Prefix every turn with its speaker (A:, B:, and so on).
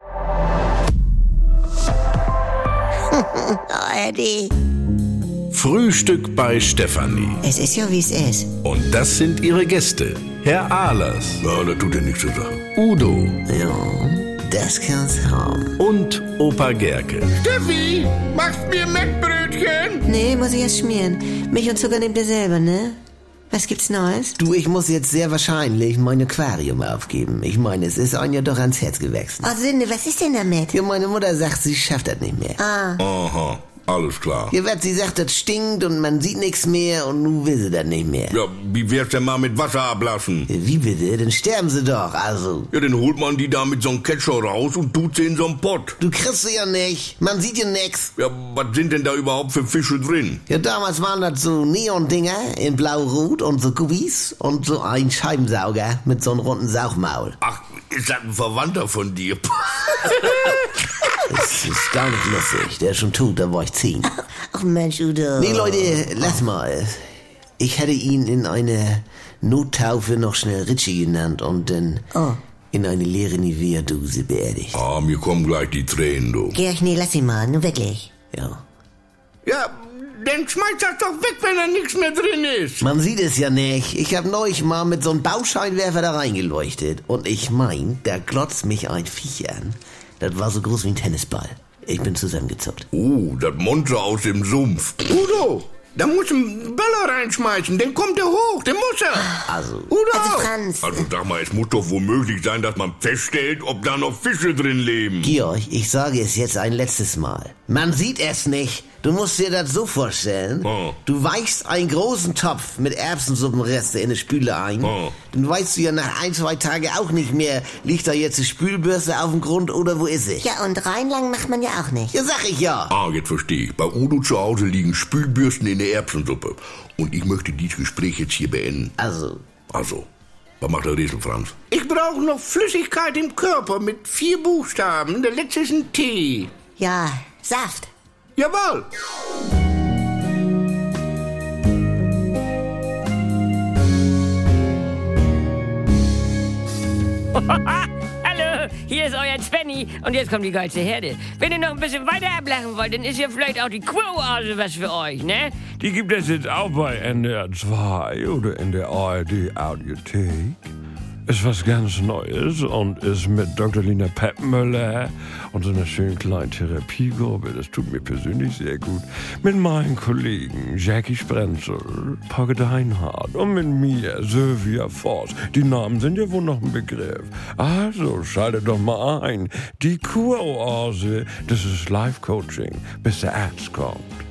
A: Oh, ARD.
B: Frühstück bei Stefanie.
A: Es ist ja, wie es ist.
B: Und das sind ihre Gäste. Herr Ahlers,
C: Ja, das tut dir nichts zu sagen.
B: Udo
A: Ja, das kann's haben.
B: und Opa Gerke.
D: Steffi, machst mir Mettbrötchen?
A: Nee, muss ich erst schmieren. Milch und Zucker nehmt ihr selber, ne? Was gibt's Neues?
E: Du, ich muss jetzt sehr wahrscheinlich mein Aquarium aufgeben. Ich meine, es ist einem ja doch ans Herz gewachsen.
A: Oh, Sünde, was ist denn damit? Ah,
E: Ja, meine Mutter sagt, sie schafft das nicht mehr.
C: Aha, alles klar.
E: Ja, was, sie sagt, das stinkt und man sieht nichts mehr und nun will sie das nicht mehr.
C: Ja, wie wär's denn mal mit Wasser ablassen?
E: Wie bitte? Dann sterben sie doch, also.
C: Ja, dann holt man die da mit so einem Ketchup raus und tut sie in so einen Pott.
E: Du kriegst sie ja nicht, man sieht ja nix.
C: Ja, was sind denn da überhaupt für Fische drin?
E: Ja, damals waren das so Neon-Dinger in blau-rot und so Kubis und so ein Scheibensauger mit so einem runden Saugmaul.
C: Ach, ist das ein Verwandter von dir?
E: Das ist gar nicht lustig. Der ist schon tot, da war ich zehn.
A: Ach Mensch, Udo.
E: Nee, Leute, lass mal. Ich hätte ihn in eine Nottaufe noch schnell Richie genannt und dann in eine leere Nivea-Dose beerdigt.
C: Ah, mir kommen gleich die Tränen, du.
A: Georg, nee, lass ihn mal, nur wirklich.
E: Ja.
C: Ja, dann schmeiß das doch weg, wenn da nichts mehr drin ist.
E: Man sieht es ja nicht. Ich hab neulich mal mit so einem Bauscheinwerfer da reingeleuchtet. Und ich mein, da glotzt mich ein Viech an. Das war so groß wie ein Tennisball. Ich bin zusammengezuckt.
C: Oh, das Monster aus dem Sumpf. Udo, da muss ein Böller reinschmeißen, dann kommt er hoch, dann muss er.
E: Also,
C: Udo!
A: Also Franz.
C: Also sag mal, es muss doch womöglich sein, dass man feststellt, ob da noch Fische drin leben.
E: Georg, ich sage es jetzt ein letztes Mal. Man sieht es nicht. Du musst dir das so vorstellen.
C: Oh.
E: Du weichst einen großen Topf mit Erbsensuppenreste in eine Spüle ein.
C: Oh.
E: Dann weißt du ja nach ein, zwei Tagen auch nicht mehr, liegt da jetzt die Spülbürste auf dem Grund oder wo ist sie?
A: Ja, und reinlang macht man ja auch nicht.
E: Ja, sag ich ja.
C: Ah, jetzt verstehe ich. Bei Udo zu Hause liegen Spülbürsten in der Erbsensuppe. Und ich möchte dieses Gespräch jetzt hier beenden.
E: Also,
C: Also, was macht der Riesen, Franz?
D: Ich brauche noch Flüssigkeit im Körper mit vier Buchstaben. Der letzte ist ein T.
A: Ja, Saft.
D: Jawohl.
F: Hallo, hier ist euer Svenny und jetzt kommt die geilste Herde. Wenn ihr noch ein bisschen weiter ablachen wollt, dann ist hier vielleicht auch die Quo-Ase was für euch, ne?
G: Die gibt es jetzt auch bei NDR 2 oder in der ARD Audiothek. Ist was ganz Neues und ist mit Dr. Lina Peppmüller und so einer schönen kleinen Therapiegruppe, das tut mir persönlich sehr gut, mit meinen Kollegen Jackie Sprenzel, Pogge Deinhardt und mit mir, Sylvia Voss. Die Namen sind ja wohl noch ein Begriff. Also schaltet doch mal ein. Die Kuroase, das ist Life-Coaching, bis der Arzt kommt.